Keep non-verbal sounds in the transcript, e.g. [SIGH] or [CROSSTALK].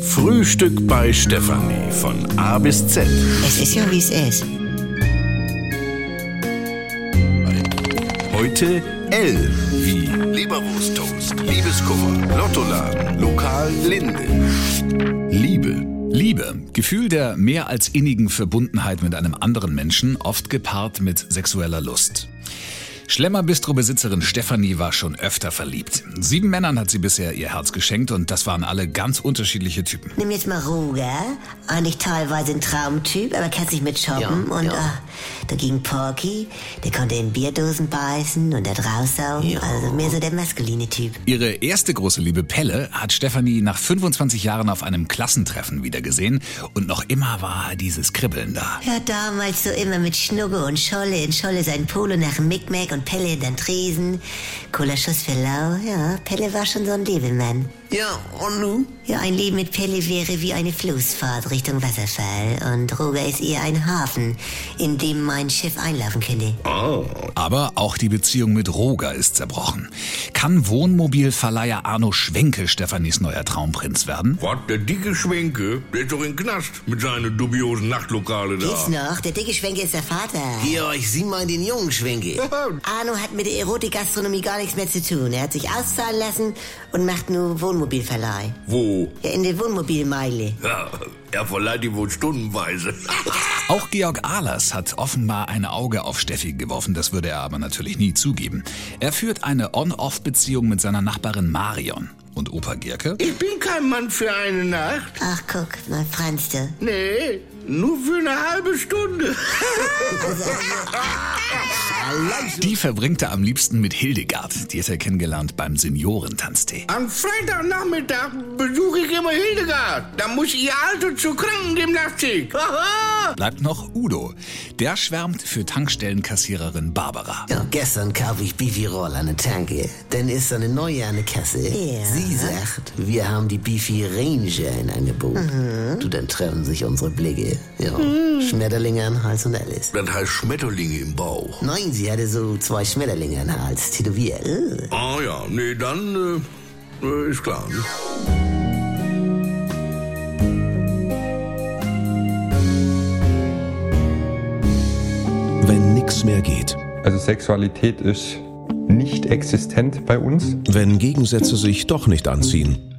Frühstück bei Stefanie von A bis Z. Es ist ja, wie es ist. Heute L wie Leberwursttoast, Liebeskummer, Lottoladen, Lokal Linde. Liebe. Liebe, Gefühl der mehr als innigen Verbundenheit mit einem anderen Menschen, oft gepaart mit sexueller Lust. Schlemmerbistro-Besitzerin Stefanie war schon öfter verliebt. Sieben Männern hat sie bisher ihr Herz geschenkt und das waren alle ganz unterschiedliche Typen. Nimm jetzt mal Ruge. Eigentlich teilweise ein Traumtyp, aber kann sich mit shoppen. Ja, und ja. ah, dagegen Porky, der konnte in Bierdosen beißen und da raussaugen. Ja. Also mehr so der maskuline Typ. Ihre erste große Liebe Pelle hat Stefanie nach 25 Jahren auf einem Klassentreffen wiedergesehen und noch immer war dieses Kribbeln da. Ja, damals so immer mit Schnugge und Scholle. In Scholle sein Polo nach dem Mickmack und Pelle in den Tresen. Cooler Schuss für Lau. Ja, Pelle war schon so ein Lebemann. Ja, und nun? Ja, ein Leben mit Pelle wäre wie eine Flussfahrt Richtung Wasserfall. Und Ruger ist eher ein Hafen, in dem mein Schiff einlaufen könnte. Aber auch die Beziehung mit Roger ist zerbrochen. Kann Wohnmobilverleiher Arno Schwenke Stefanies neuer Traumprinz werden? Was, der dicke Schwenke? Der ist doch in den Knast mit seinen dubiosen Nachtlokale da. Geht's noch? Der dicke Schwenke ist der Vater. Georg, sieh mal den jungen Schwenke. Arno hat mit der Erotikgastronomie gar nichts mehr zu tun. Er hat sich auszahlen lassen und macht nur Wohnmobilverleih. Wo? Ja, in der Wohnmobilmeile. Ja, er verleiht die wohl stundenweise. Auch Georg Ahlers hat offenbar ein Auge auf Steffi geworfen, das würde er aber natürlich nie zugeben. Er führt eine On-Off-Beziehung mit seiner Nachbarin Marion. Und Opa Gierke? [LAUGHS] Ich bin kein Mann für eine Nacht. Ach, guck, mal Franz, du. Nee, nur für eine halbe [LAUGHS] Stunde. Die verbringt er am liebsten mit Hildegard. Die hat er kennengelernt beim Seniorentanztee. Am Freitagnachmittag besuche ich immer Hildegard. Da muss ihr Alter zur Krankengymnastik. Haha. Bleibt noch Udo. Der schwärmt für Tankstellenkassiererin Barbara. Ja, gestern kaufe ich Bifi-Roll an der Tanke. Dann ist eine neue an der Kasse. Ja. Sie sagt, wir haben die Bifi-Ranger in Angebot. Du, dann treffen sich unsere Blicke. Ja. Schmetterlinge an Hals und alles. Das heißt Schmetterlinge im Bauch. Nein, sie hatte so zwei Schmetterlinge an den Hals tätowiert. Äh. Ah ja, nee, dann äh, äh, ist klar. Ne? Wenn nix mehr geht. Also Sexualität ist nicht existent bei uns. Wenn Gegensätze sich doch nicht anziehen.